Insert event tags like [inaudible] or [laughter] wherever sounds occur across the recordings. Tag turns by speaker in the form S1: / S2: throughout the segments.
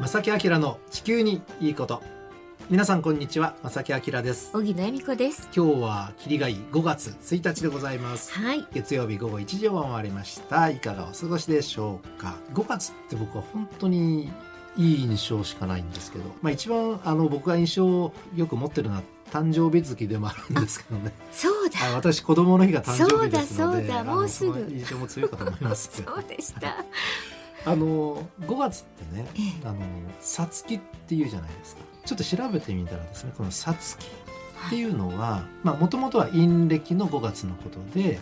S1: 正木明の地球にいいこと皆さんこんにちは正木明です
S2: 荻野恵美子です
S1: 今日は霧がいい5月1日でございます
S2: はい
S1: 月曜日午後1時を回りましたいかがお過ごしでしょうか5月って僕は本当にいい印象しかないんですけど、まあ、一番あの僕が印象をよく持ってるのは誕生日月でもあるんですけど
S2: [laughs]
S1: ね
S2: そうだ
S1: あ私子供の日が誕生日ですので
S2: そうだそうだ
S1: あの
S2: もうすぐ
S1: その印象も強いかと思いますけど
S2: そうでした
S1: あの5月ってね
S2: ええ
S1: あのさつきっていうじゃないですかちょっと調べてみたらですねこのさつきっていうのはもともとは陰暦の5月のことで、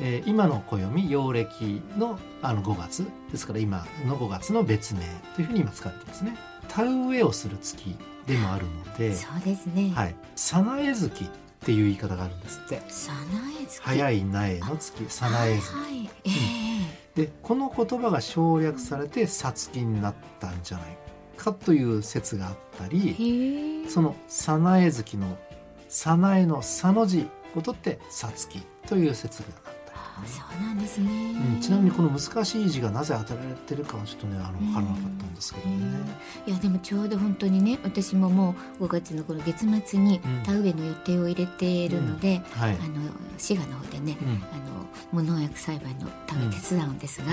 S1: えー今の暦陽暦のあの5月ですから今の5月の別名というふうに今使ってますね田植えをする月でもあるので、
S2: そうですね
S1: はい、早苗月っていう言い方があるんですって
S2: 早苗月
S1: 早い苗の月早苗月
S2: はいはいえ
S1: でこの言葉が省略されて「さつき」になったんじゃないかという説があった
S2: え
S1: り
S2: へえ
S1: その「早苗月」の「早苗の「さ」の字を取って「さつき」という説があった
S2: あ
S1: りとかね
S2: そうなんですね、
S1: うん、ちなみにこの難しい字がなぜ与えられてるかはちょっとねあの分からなかったんですけどね。
S2: いやでもちょうど本当にね私ももう5月のこの月末に
S1: うん
S2: 田植えの予定を入れているので、
S1: はい、
S2: あの滋賀の方でね
S1: うん
S2: あの無農薬栽培の田植え手伝うんですが、
S1: う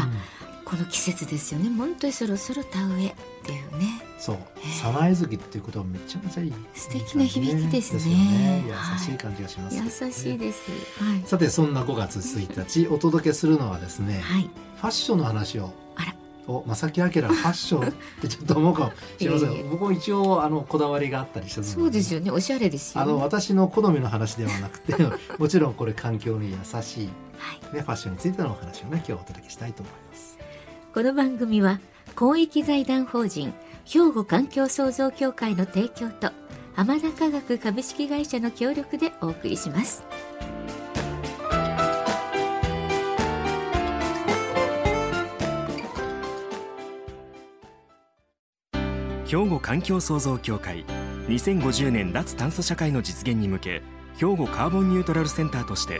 S2: この季節ですよね本当にそろそろ田植えっていうね
S1: んそう
S2: へえ
S1: 「早苗月」っていうことはめちゃめちゃいい
S2: 素敵な響きですね
S1: いい感じよね
S2: はい
S1: 優しい感じがしますけどね、
S2: 優しいです、はい
S1: さてそんな5月1日お届けするのはですね、
S2: はい
S1: ファッションの話を。
S2: あら
S1: お、正木明ファッションってちょっと思うかもしれませ
S2: [laughs] いえいえ
S1: ん。僕も一応あのこだわりがあったりした
S2: そうです
S1: よ。
S2: よねおしゃれですよ
S1: あ
S2: ね
S1: の私の好みの話ではなくて、もちろんこれ環境に優しい
S2: はい
S1: ねファッションについてのお話をね今日はお届けしたいと思います。
S2: この番組は公益財団法人兵庫環境創造協会の提供と浜田科学株式会社の協力でお送りします
S3: 兵庫環境創造協会2050年脱炭素社会の実現に向け兵庫カーボンニュートラルセンターとして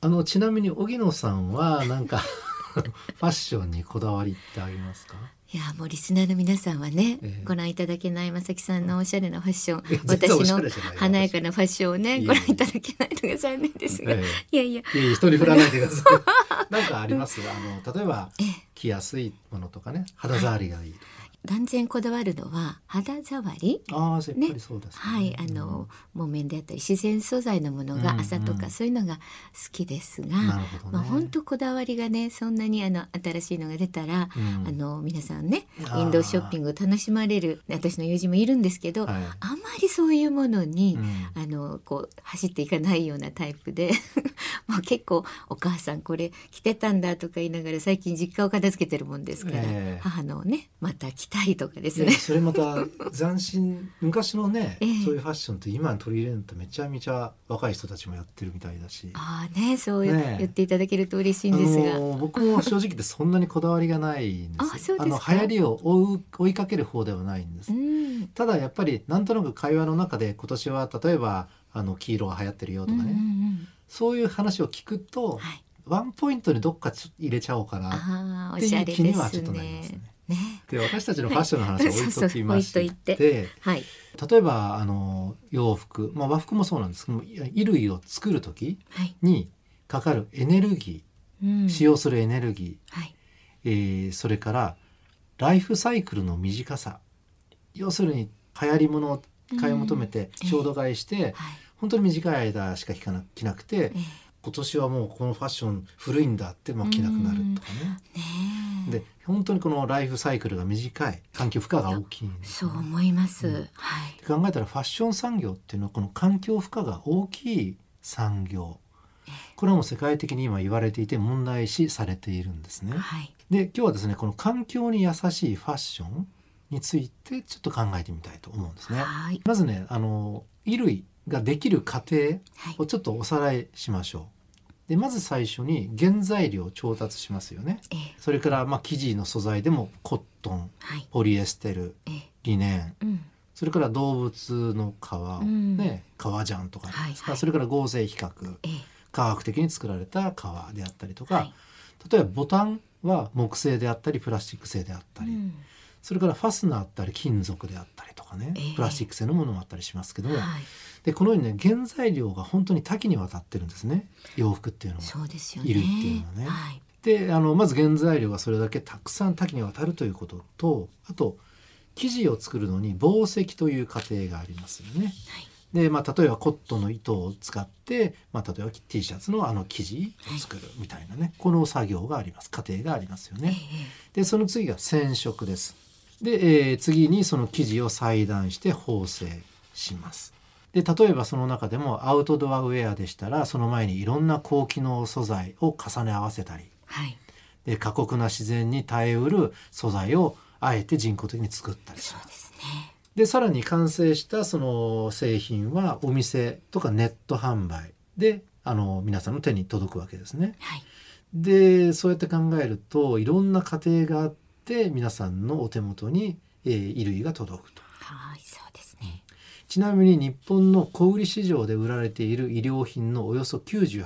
S1: あのちなみに荻野さんはなん
S2: [laughs]
S1: かファッションにこだわりってありますか？
S2: いやもうリスナーの皆さんはね、
S1: ええ
S2: ご覧いただけないまさきさんのおしゃれなファッション
S1: いや全然お
S2: 私
S1: しゃ
S2: の
S1: れじゃないよ
S2: 華やかなファッションをね
S1: いえいえ
S2: ご覧いただけないのが残念ですが、
S1: え
S2: いやいや
S1: えいやいや人に振らないでくださ
S2: [laughs]
S1: い。なんかあります？あの例えば
S2: ええ
S1: 着やすいものとかね肌触りがいいとか。
S2: 断然こだわるのは肌触り
S1: ああやっぱりそうです、ね
S2: はい、あの木綿であったり自然素材のもの
S1: うんう
S2: が
S1: ん
S2: 朝とかそういうのが好きですが、
S1: なるほどね
S2: まあ本当こだわりがねそんなにあの新しいのが出たら、
S1: うん
S2: あの皆さんね
S1: あー
S2: ウィンドウショッピングを楽しまれる私の友人もいるんですけど、
S1: はい
S2: あまりそういうものに、
S1: うん
S2: あのこう走っていかないようなタイプで [laughs] もう結構「お母さんこれ着てたんだ」とか言いながら最近実家を片付けてるもんですから、
S1: ええ
S2: 母のをねまた着たいとかです
S1: いや
S2: ね。
S1: それまた斬新昔のね、
S2: [laughs] ええ
S1: そういうファッションって今に取り入れるのってめちゃめちゃ若い人たちもやってるみたいだし
S2: ああね、そういう
S1: ねえ
S2: 言っていただけると嬉しいんです
S1: あ
S2: が、
S1: の僕も正直でそんなにこだわりがないんです
S2: [laughs] あそうですか
S1: の流行りを追う追いかける方ではないんです、
S2: うん、
S1: ただやっぱりなんとなく会話の中で今年は例えばあの黄色が流行ってるよとかね、
S2: うんうん
S1: そういう話を聞くと、
S2: はい
S1: ワンポイントにどっかちょっと入れちゃおうかな
S2: ああ、お
S1: って
S2: し
S1: い
S2: ゃ
S1: う
S2: れで
S1: 気にはちょ
S2: す
S1: っとなり
S2: ね
S1: ますね。
S2: ね、
S1: で私たちのファッションの話は置いときまし
S2: そうそう置いとい
S1: て
S2: はい、
S1: 例えばあの洋服、まあ、和服もそうなんですけどもいや衣類を作る時
S2: はい、
S1: にかかるエネルギ
S2: うん
S1: ー使用するエネルギ
S2: はい、
S1: ー、えーそれからライフサイクルの短さ要するに流行り物を買い求めて
S2: うん
S1: 衝動買いして、
S2: はい、
S1: 本当に短い間しか着かな着なくて
S2: え
S1: 今年はもうこのファッション古いんだってもう着なくなるとかね。
S2: えねえ、
S1: で本当にこのライフサイクルが短い環境負荷が大きいんです
S2: そう
S1: よね、
S2: 思います。
S1: うん
S2: はい、
S1: 考えたらファッション産業っていうのはこの環境負荷が大きい産業これはもう世界的に今言われていて問題視されているんですね。
S2: はい。
S1: で今日はですねこの環境に優しいファッションについてちょっと考えてみたいと思うんですね。
S2: はい。
S1: まずねあの衣類ができる過程
S2: はい
S1: をちょっとおさらいしましょう。でまず最初に原材料を調達しますよね。
S2: ええ
S1: それからまあ生地の素材でもコットン
S2: はい。
S1: ポリエステル
S2: ええ
S1: リネン
S2: うん。
S1: それから動物の皮を
S2: ん
S1: ね、革ジャンとか
S2: はいはい
S1: それから合成皮革
S2: ええ
S1: 科学的に作られた革であったりとか、
S2: はい
S1: 例えばボタンは木製であったりプラスチック製であったり、
S2: うん
S1: それからファスナーだったり金属であったりとかね、
S2: ええ
S1: プラスチック製のものもあったりしますけども、
S2: はい。
S1: でこのようにね原材料が本当に多岐にわたってるんですね洋服っていうのは。
S2: そうですよね。
S1: 衣類っていうのはね
S2: はい。
S1: であのまず原材料がそれだけたくさん多岐にわたるということとあと生地を作るのに紡績という過程がありますよね。で、まあ、例えばコットンの糸を使って、まあ、例えば T シャツのあの生地を作るみたいなね、この作業があります過程がありますよね。でその次が染色です。で、えー次にその生地を裁断して縫製します。で例えばその中でもアウトドアウェアでしたらその前にいろんな高機能素材を重ね合わせたり
S2: はい。
S1: で過酷な自然に耐えうる素材をあえて人工的に作ったりします。
S2: ですね。
S1: でさらに完成したその製品はお店とかネット販売であの皆さんの手に届くわけですね。
S2: はい。
S1: でそうやって考えるといろんな過程があって皆さんのお手元に、えー衣類が届くと。
S2: はい。そうですね。
S1: ちなみに日本の小売市場で売られている衣料品のおよそ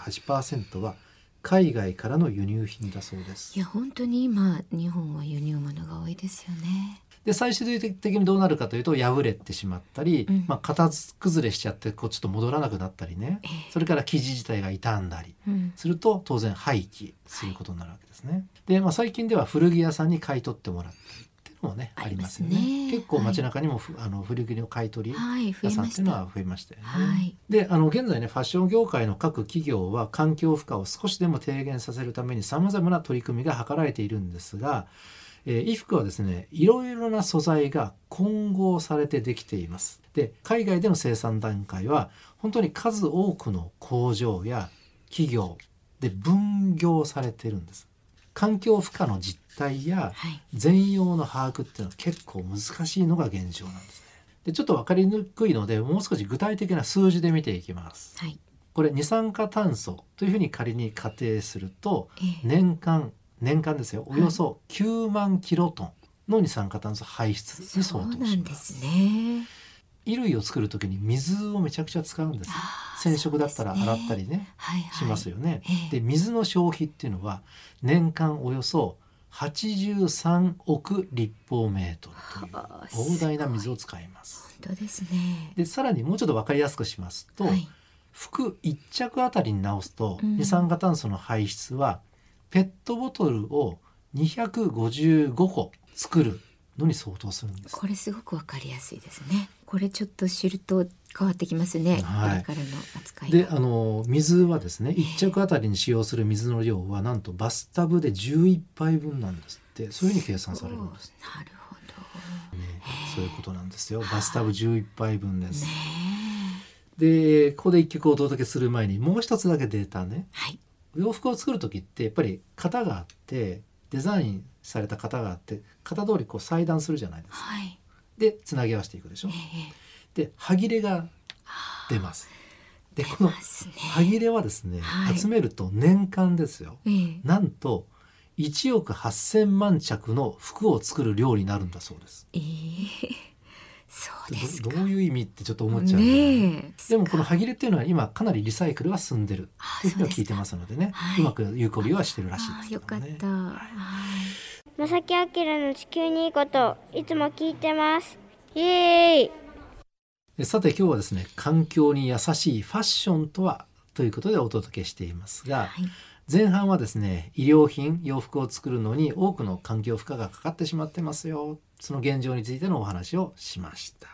S1: 98%は海外からの輸入品だそうです
S2: い。や、本当に今、日本は輸入物が多いですよね。
S1: で最終的にどうなるかというと破れてしまったり、
S2: うん
S1: まあ、型崩れしちゃってこうちょっと戻らなくなったりね
S2: え
S1: それから生地自体が傷んだり
S2: うん。
S1: すると当然廃棄することになるわけですね。で、まあ、最近では古着屋さんに買い取ってもらったりっていうのもねあ
S2: あ
S1: り
S2: り
S1: ま
S2: ますす
S1: よ
S2: ね
S1: ね。結構
S2: はい
S1: 街中にもふ、あの古着の買い取り
S2: はい。増
S1: 屋
S2: え
S1: さん
S2: ま
S1: って
S2: し
S1: いうの
S2: た。
S1: は増えましたよね。
S2: はい
S1: であの現在ねファッション業界の各企業は環境負荷を少しでも低減させるためにさまざまな取り組みが図られているんですが、えー衣服はですねいろいろな素材が混合されてできています。で海外での生産段階は本当に数多くの工場や企業で分業されてるんです。環境負荷の実態や
S2: はい。
S1: 全容の把握っていうのは結構難しいのが現状なんですね。でちょっと分かりにくいのでもう少し具体的な数字で見ていきます。
S2: はい。
S1: これ二酸化炭素というふうに仮に仮定すると
S2: ええ
S1: 年間年間ですよおよそ9万キロトンの二酸化炭素排出に
S2: そ
S1: 相
S2: う
S1: 当
S2: な
S1: し
S2: ん
S1: ま
S2: ですす。ね。
S1: 衣類を作る時に水をめちゃくちゃ使うんです。
S2: あー
S1: 染色だったら
S2: そうですね
S1: 洗ったりね
S2: はい。はい
S1: します。よね。
S2: ええ
S1: で水の消費っていうのは年間およそ83億立方メートルという
S2: あー
S1: 膨大な
S2: す
S1: 水を使います。
S2: ごい本当ですね。
S1: でさらにもうちょっと分かりやすくしますと、
S2: はい。
S1: 服1着あたりに直すと
S2: うん
S1: 二酸化炭素の排出はペットボトルを255個作るのに相当するんです。
S2: これすごくわかりやすいですね。これちょっと知ると変わってきますね。
S1: はい
S2: これからの扱いが。
S1: であの水はですね1着あたりに使用する水の量はなんとバスタブで11杯分なんですってそういうふうに計算されるんです。
S2: おなるほど。
S1: ね、そういうことなんですよ。バスタブ11杯分です。
S2: ね
S1: で、ここで一曲お届けする前にもう一つだけデータね。
S2: はい
S1: 洋服を作る時ってやっぱり型があってデザインされた型があって型通りこう裁断するじゃないですか。
S2: はい。
S1: で、つなぎ合わせていくでしょ
S2: え。え
S1: で、歯切れが出ます。で、この
S2: ますね。
S1: 歯切れはですね、
S2: はい
S1: 集めると年間ですよ。
S2: ええ
S1: なんと1億8,000万着の服を作る量になるんだそうです。
S2: ええそうです
S1: ど
S2: か。
S1: どういう意味ってちょっと思っちゃうけどね
S2: ねえ。
S1: でもこの歯切れっていうのは今かなりリサイクルは進んでる
S2: あ
S1: というふうには
S2: そうですか
S1: 聞いてますのでね
S2: はいう
S1: まく有効利用はしてるらしい
S2: あ
S1: です
S2: あよ
S1: けど
S2: かっ
S1: ね
S2: た。はい。
S4: 正木明の地球にいいこといつも聞いてますイエーイ
S1: えさて今日はですね環境に優しいファッションとはということでお届けしていますが、
S2: はい
S1: 前半はですね衣料品洋服を作るのに多くの環境負荷がかかってしまってますよその現状についてのお話をしました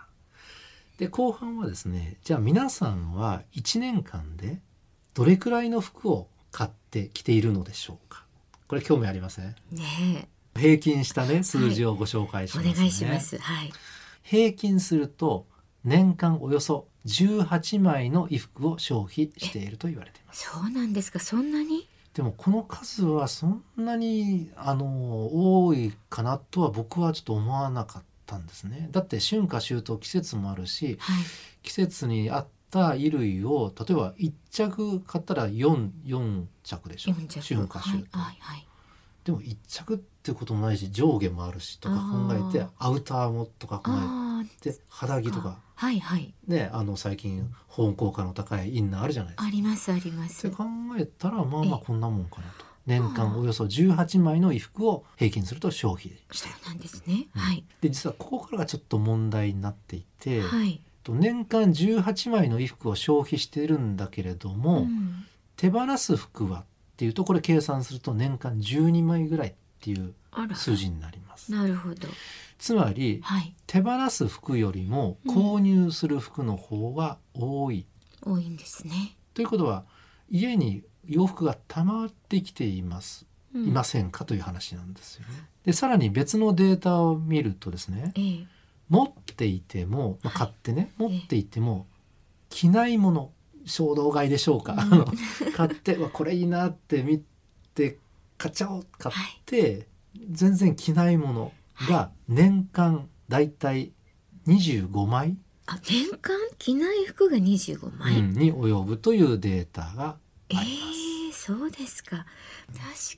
S1: で後半はですねじゃあ皆さんは1年間でどれくらいの服を買ってきているのでしょうかこれ興味ありません
S2: ね
S1: 平均したね数字をご紹介し
S2: えお
S1: ますね、
S2: 願いします。はい。
S1: 平均すると年間およそ18枚の衣服を消費していると言われています
S2: そうなんですかそんなに
S1: でもこの数はそんなにあの多いかなとは僕はちょっと思わなかったんですねだって春夏秋冬季節もあるし
S2: はい
S1: 季節に合った衣類を例えば1着買ったら 4, 4着でしょ
S2: 4着
S1: 春夏秋冬、
S2: はいはいはい
S1: でも1着ってこともないし上下もあるしとか考えて
S2: あ
S1: アウターもとか考
S2: あー
S1: えて肌着とか
S2: はいはい
S1: ねあの最近保温効果の高いインナーあるじゃないですか
S2: ありますありま
S1: って
S2: す
S1: 考えたらまあまあこんなもんかなと年
S2: ああ
S1: 間およそ18枚の衣服を平均すると消費している
S2: そうなんですね、
S1: うん
S2: はい
S1: で実はここからがちょっと問題になっていて、
S2: はい、
S1: と年間18枚の衣服を消費してるんだけれども、
S2: うん
S1: 手放す服はっていうとこれ計算すると年間12枚ぐらいっていう
S2: あら
S1: 数字になります
S2: なるほど
S1: つまり
S2: はい
S1: 手放す服よりも購入する服の方が多い、
S2: 多いんですね、
S1: ということは家に洋服が溜まってきています
S2: うん
S1: いませんかという話なんですよね。でさらに別のデータを見るとですね
S2: ええ
S1: 持っていても、まあ、
S2: は
S1: 買ってね、
S2: え
S1: 持っていても着ないもの衝動買いでしょうか、あの買ってわこれいいなって見て買っちゃおう買って、全然着ないものが年間だいたい25枚、
S2: あ年間着ない服が25枚、
S1: うんに及ぶというデータが
S2: え
S1: あります。
S2: えそうですか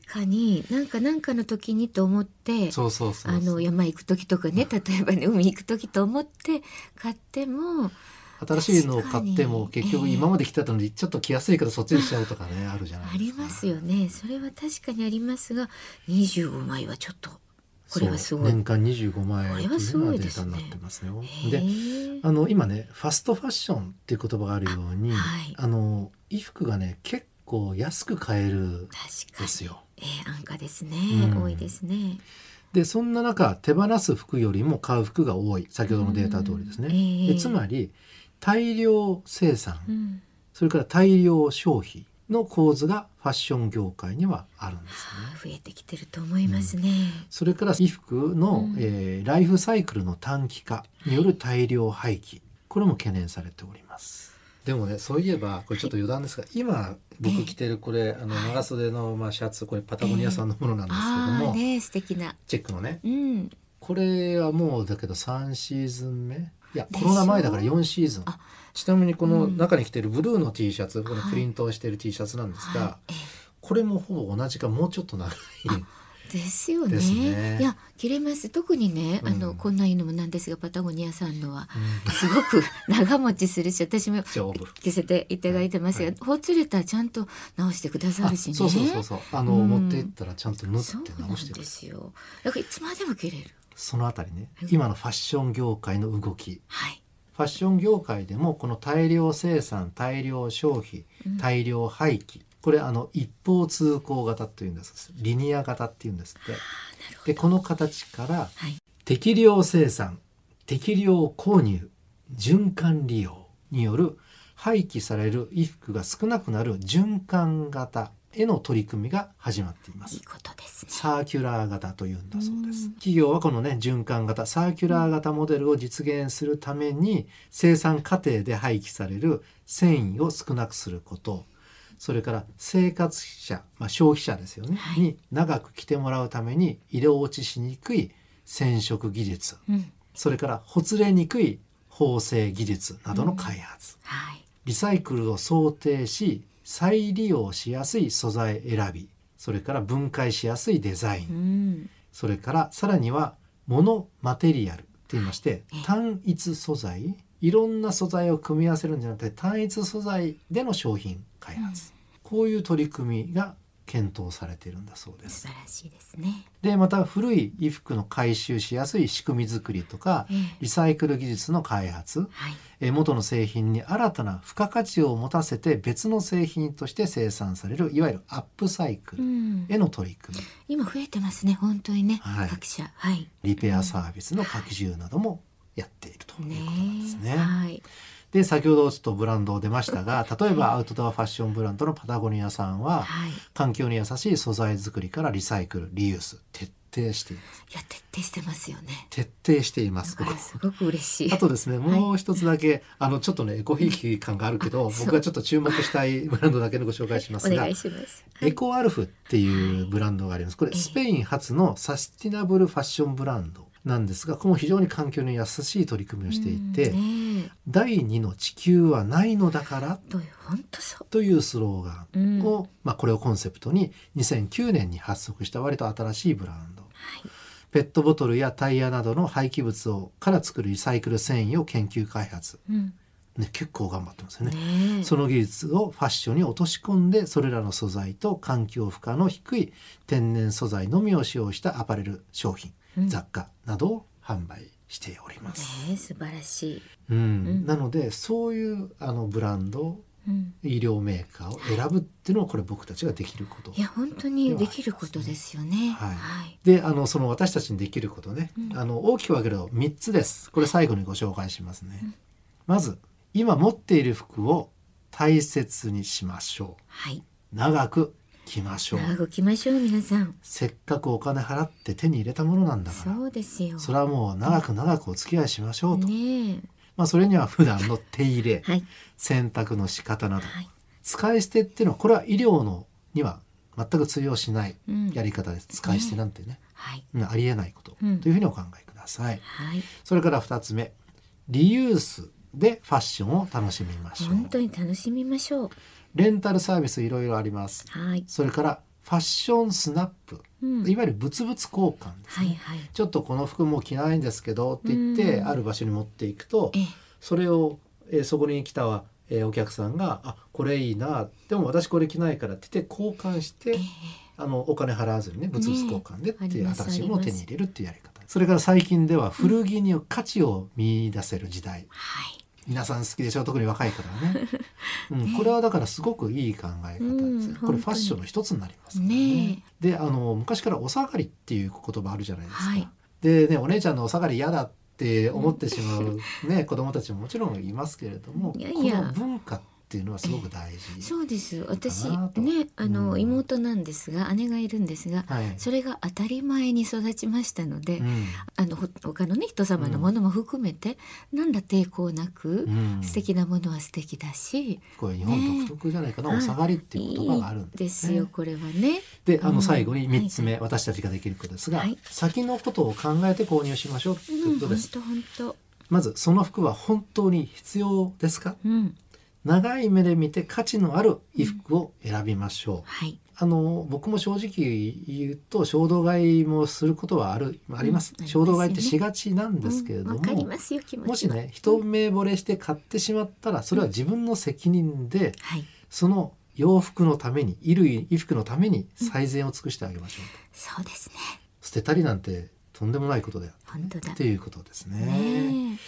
S2: 確かになんかなんかの時にと思って
S1: そうそうそうそう
S2: あの山行く時とかね例えばね海行く時と思って買っても
S1: 新しいのを買っても
S2: 確かに
S1: 結局今まで来てたのにちょっと着やすいからそっちにしちゃうとかねあるじゃない
S2: ありますよねそれは確かにありますが25枚はちょっとこれはすごい
S1: そう年間25万円
S2: ことれ
S1: いう
S2: はす
S1: よう
S2: ご
S1: ないデー
S2: です
S1: タに
S2: ね
S1: なってますよ。
S2: へ
S1: で
S2: え
S1: あの今ねファストファッションっていう言葉があるようにあ,、
S2: はい
S1: の衣服がね結構安く買えるん
S2: 確か
S1: で
S2: に
S1: すよ。
S2: ええ安価ですね、
S1: うん
S2: 多いですね
S1: でそんな中手放す服よりも買う服が多い先ほどのデータ通りですね。
S2: うんえ
S1: で
S2: え
S1: つまり大量生産、
S2: うん
S1: それから大量消費の構図がファッション業界にはあるんですね。
S2: あ増えてきてると思いますね、
S1: それから衣服の、
S2: うん
S1: えーライフサイクルの短期化による大量廃棄これも懸念されておりますでもねそういえばこれちょっと余談ですが、今僕着てるこれあの長袖の、まあ、シャツこれパタゴニアさんのものなんですけど
S2: あ
S1: も、
S2: あね素敵な
S1: チェックのね
S2: うん
S1: これはもうだけど3シーズン目いや
S2: でし
S1: コ
S2: ょ
S1: ロナ前だから4シーズン
S2: あ
S1: ちなみにこ
S2: う
S1: の
S2: ん
S1: 中に着てるブルーの T シャツ、この
S2: はい
S1: プリントをしている T シャツなんですが、
S2: はいええ
S1: これもほぼ同じかもうちょっと長い [laughs]
S2: ですよね
S1: ですね
S2: いや切れます特にね、あ
S1: う
S2: の
S1: ん
S2: こんな言うのもなんですがパタゴニアさんのは
S1: うん
S2: すごく [laughs] 長持ちするし私も
S1: 丈夫。
S2: 着せていただいてますが、
S1: はい
S2: ほつれたらちゃんと直してくださるしね
S1: あそうそうそうそうあの、
S2: うん
S1: 持っていったらちゃんと縫っ
S2: そう
S1: て
S2: なん
S1: 直してくれ
S2: で
S1: る
S2: すよだからいつまでも切れる
S1: そのあたりね今のファッション業界の動き
S2: はい
S1: ファッション業界でもこの大量生産大量消費大量廃棄、これあの一方通行型というんですリニア型っていうんですってでこの形から
S2: はい
S1: 適量生産適量購入循環利用による廃棄される衣服が少なくなる循環型への取り組みが始まっていま
S2: い
S1: す
S2: いことですね
S1: サーキュラー型というんだそうで
S2: う
S1: す
S2: ん
S1: 企業はこのね循環型サーキュラー型モデルを実現するために生産過程で廃棄される繊維を少なくすることそれから生活者、まあ、消費者ですよね、
S2: はい
S1: に長く着てもらうために色落ちしにくい染色技術
S2: うん
S1: それからほつれにくい縫製技術などの開発、
S2: はい
S1: リサイクルを想定し再利用しやすい素材選びそれから分解しやすいデザイン、
S2: うん
S1: それからさらにはモノマテリアルと言いまして
S2: ええ
S1: 単一素材いろんな素材を組み合わせるんじゃなくて単一素材での商品開発、こういう取り組みが検討されているんだそうで
S2: 素
S1: す。
S2: 晴らしいですね
S1: でまた古い衣服の回収しやすい仕組み作りとか
S2: ええ
S1: リサイクル技術の開発、
S2: はい
S1: えー元の製品に新たな付加価値を持たせて別の製品として生産されるいわゆるアップサイク
S2: う
S1: ル
S2: ん
S1: への取り組み、
S2: 今増えてますね本当にね、
S1: はい
S2: 各社はい
S1: リペアサービスの拡充などもやっているということなんですね。
S2: はい
S1: で先ほどちょっとブランドを出ましたが例えばアウトドアファッションブランドのパタゴニアさんは
S2: はい
S1: 環境に優しい素材作りからリサイクルリユース徹底しています
S2: いや徹底してますよね
S1: 徹底していますこ
S2: あ
S1: こ
S2: れすごく嬉しい
S1: あとですねもう一つだけ、あのちょっとねエコひいき感があるけど
S2: そう
S1: 僕がちょっと注目した
S2: [laughs]
S1: いブランドだけのご紹介します
S2: お
S1: が、
S2: 願いします
S1: エコアルフっていうブランドがありますこれスペイン発のサスティナブルファッションブランドなんですがこれも非常に環境に優しい取り組みをしていて、
S2: ねえ
S1: 第二の地球はないのだから
S2: どういう本当そ
S1: というスローガン
S2: う、うん
S1: を、まあ、これをコンセプトに2009年に発足した割と新しいブランド、ペットボトルやタイヤなどの廃棄物をから作るリサイクル繊維を研究開発、
S2: うん
S1: ね、結構頑張ってますよね
S2: ねえ
S1: その技術をファッションに落とし込んでそれらの素材と環境負荷の低い天然素材のみを使用したアパレル商品、
S2: うん
S1: 雑貨などを販売しております、
S2: ねえ素晴らしい、
S1: うん
S2: うん
S1: なのでそういうあのブランド
S2: うん、
S1: 医療メーカーを選ぶっていうのはこれ僕たちができること
S2: いや本当にできることですよね
S1: はい
S2: はい
S1: であのその私たちにできることね、
S2: うん
S1: あの大きく分けると3つですこれ最後にご紹介しますね、まず今持っている服を大切にしましょ
S2: はい、
S1: う長く着ましょう
S2: 長く着ましょう皆さん
S1: せっかくお金払って手に入れたものなんだから
S2: そうですよ
S1: それはもう長く長くお付き合いしましょうと、
S2: ね
S1: まあ、それには普段の手入れ
S2: え、はい
S1: 洗濯の仕方など、
S2: はい
S1: 使い捨てっていうのはこれは医療のには全く通用しない
S2: うん
S1: やり方です、使い捨てなんてね、
S2: はい
S1: うんありえないことと
S2: うん
S1: いうふうにお考えください、
S2: はい
S1: それから2つ目リユースでファッションを楽しみましょ
S2: 本当
S1: う
S2: に楽しみましょう
S1: レンタルサービスいろいろあります
S2: はい、
S1: それからファッションスナップ
S2: うん、
S1: いわゆる物々交換です
S2: は
S1: ね、
S2: いはい
S1: ちょっとこの服もう着ないんですけどって言って、
S2: うん
S1: ある場所に持っていくと
S2: ええ
S1: それを、えーそこに来たは、えーお客さんが「あこれいいなでも私これ着ないから」って言って交換して、あのお金払わずにね物々交換でっていう、
S2: ねあります
S1: 新しいものを手に入れるっていうやり方それから最近では古着に価値を見出せる時代、
S2: はい
S1: 皆さん好きでしょう特に若いから
S2: [laughs]
S1: ね、うん、これはだからすごくいい考え方です、
S2: うん
S1: これファッションの一つになりますから
S2: ね
S1: であの昔から「お下がり」っていう言葉あるじゃないですか、
S2: はい
S1: でねお姉ちゃんのお下がり嫌だって思ってしまう、ね、子供たちももちろんいますけれども
S2: いやいや
S1: この文化っていうのはすごく大事、
S2: [laughs] そうです私
S1: いいかなと
S2: ねあの、
S1: うん
S2: 妹なんですが姉がいるんですが
S1: はい
S2: それが当たり前に育ちましたので、
S1: うん
S2: あのほ他のね人様のものも含めて、何ら抵抗なく、
S1: うん、
S2: 素敵なものは素敵だし、
S1: これ日本独特じゃないかな、
S2: ね
S1: お下がりっていう言葉があるん
S2: いい
S1: で,、
S2: ですす
S1: ね、
S2: よこれはね。
S1: であ
S2: う
S1: の
S2: ん
S1: 最後に3つ目、私たちができることですが、
S2: はい、
S1: 先のことを考えて購入しましょうといううんこと
S2: 本
S1: です、
S2: 当本当。
S1: まずその服は本当に必要ですか
S2: うん、
S1: 長い目で見て価値のある衣服を選びましょう、
S2: はい。
S1: あの僕も正直言うと衝動買いもすることはあるあります,、
S2: うんありますよね
S1: 衝動買いってしがちなんですけれど
S2: う
S1: も、
S2: んわかりますよ気持ちは
S1: もしね一目惚れして買ってしまったらそれは自分の責任で、
S2: はい。
S1: その洋服のために衣類衣服のために最善を尽くしてあげましょうと、
S2: そうですね。
S1: 捨てたりなんてとんでもないことだよ
S2: 本当だ
S1: って。いうことですね
S2: ね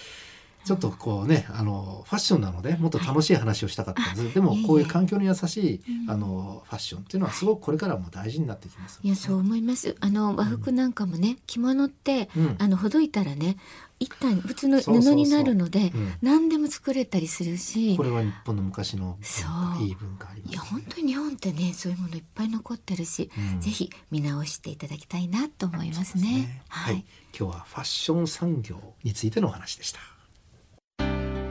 S1: ちょっとこうねあのファッションなのでもっと楽しい話をしたかったんです、でも
S2: いえいえ
S1: こういう環境に優しい、あのファッションっていうのはすごくこれからも大事になってきますよ
S2: えい
S1: ね、
S2: やそう思います。あの和服なんかもね、着物って、
S1: うん
S2: あのほどいたらね、一旦普通の
S1: そうそうそ
S2: 布
S1: う
S2: になるので、
S1: うん
S2: 何でも作れたりするし
S1: こ。れは日本の昔の文化
S2: そう
S1: いい文化あります
S2: いや本当に日本ってねそういうものいっぱい残ってるし、
S1: うん
S2: ぜひ見直していただきたいなと思います
S1: です
S2: ね。
S1: ね
S2: は、
S1: はいい、今日はファッション産業についてのお話でした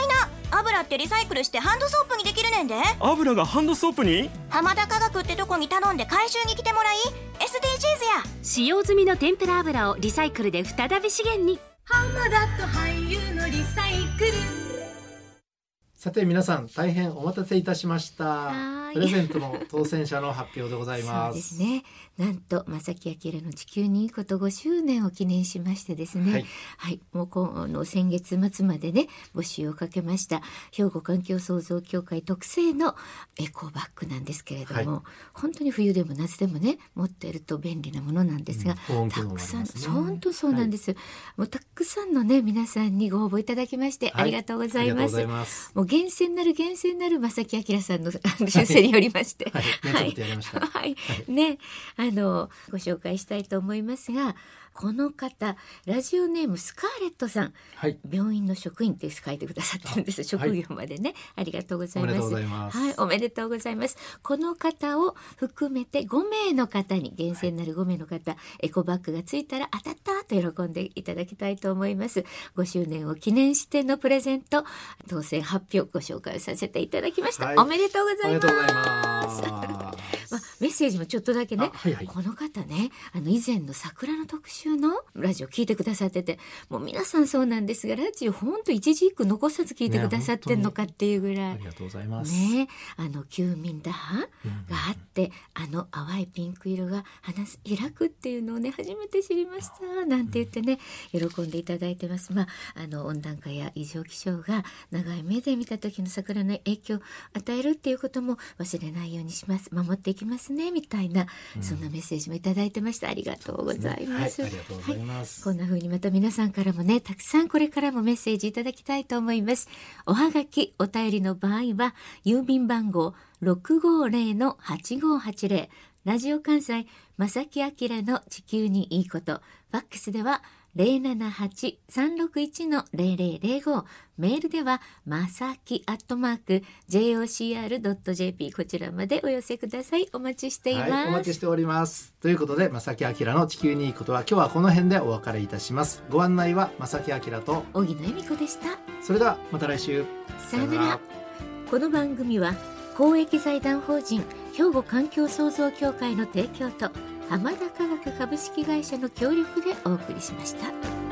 S5: いな油ってリサイクルしてハンドソープにできるねんで
S3: 油がハンドソープに
S5: 浜田科学ってとこに頼んで回収に来てもらい SDGs や
S6: 使用済みの天ぷら油をリサイクルで再び資源に
S7: 浜田と俳優のリサイクル
S1: さて皆さん大変お待たせいたしました
S2: はーい
S1: プレゼントの当選者の発表でござい
S2: そ
S1: ま
S2: う
S1: す
S2: ですね。なんと正木明の地球にいいこと5周年を記念しましてですね。
S1: は
S2: はいい、もうこの先月末までね募集をかけました兵庫環境創造協会特製のエコバッグなんですけれども、
S1: は
S2: 本当に冬でも夏でもね持っていると便利なものなんですが、
S1: うん保温機
S2: た
S1: 能もあ
S2: く
S1: ります
S2: さ
S1: ね
S2: ん、そう本当そうなんです。もうたくさんのね皆さんにご応募いただきまして、
S1: はい
S2: ありがとうござい
S1: ありがとう
S2: ま
S1: ご
S2: す
S1: ざい。ます
S2: もう厳選なる厳選なる正木明さんのあの出世によりまして、
S1: はい目つぶってやりました
S2: [laughs] はい、ね、あのご紹介したいと思いますが、この方ラジオネームスカーレットさん、
S1: はい
S2: 病院の職員って書いてくださってるんです。
S1: あは
S2: 職
S1: い
S2: 業までね、ありがとうござい
S1: おめ
S2: ま。
S1: ですとうございます
S2: はい、おめでとうございます。この方を含めて5名の方に厳選なる5名の方、エコバッグがついたら当たったと喜んでいただきたいと思います。5周年を記念してのプレゼント当選発表ご紹介をさせていただきました。
S1: はい
S2: おめでとうご
S1: お
S2: ざ
S1: め
S2: い
S1: で
S2: ます。
S1: とうございま
S2: まあ
S1: す
S2: メッセージもちょっとだけね、
S1: あはいはい
S2: この方ねあの以前の桜の特集のラジオ聞いてくださっててもう皆さんそうなんですがラジオほんと一字一句残さず聞いてくださってんのかっていうぐ [laughs] らい、
S1: ありがとうございます、
S2: ねあの休眠打破
S1: うん
S2: があって、あの淡いピンク色が花開くっていうのをね初めて知りましたなんて言ってね喜んでいただいてますまああの温暖化や異常気象が長い目で見た時の桜の影響を与えるっていうことも忘れないようにします守っていきますねみたいな、そんなメッセージもいただいてましたありがとうございます。
S1: はい、ありがとうございます、
S2: こんな風にまた皆さんからもね、たくさんこれからもメッセージいただきたいと思います。おはがき、お便りの場合は、郵便番号650-8580、ラジオ関西、正木明の地球にいいこと、ファックスでは、078-361-0005メールではまさきアットマーク jocr.jp こちらまでお寄せくださいお待ちしています、
S1: はい、お待ちしておりますということで正木明の地球にいいことは今日はこの辺でお別れいたしますご案内は正木明と
S2: 小木の恵美子でした
S1: それではまた来週
S2: さよならこの番組は公益財団法人兵庫環境創造協会の提供と浜田科学株式会社の協力でお送りしました。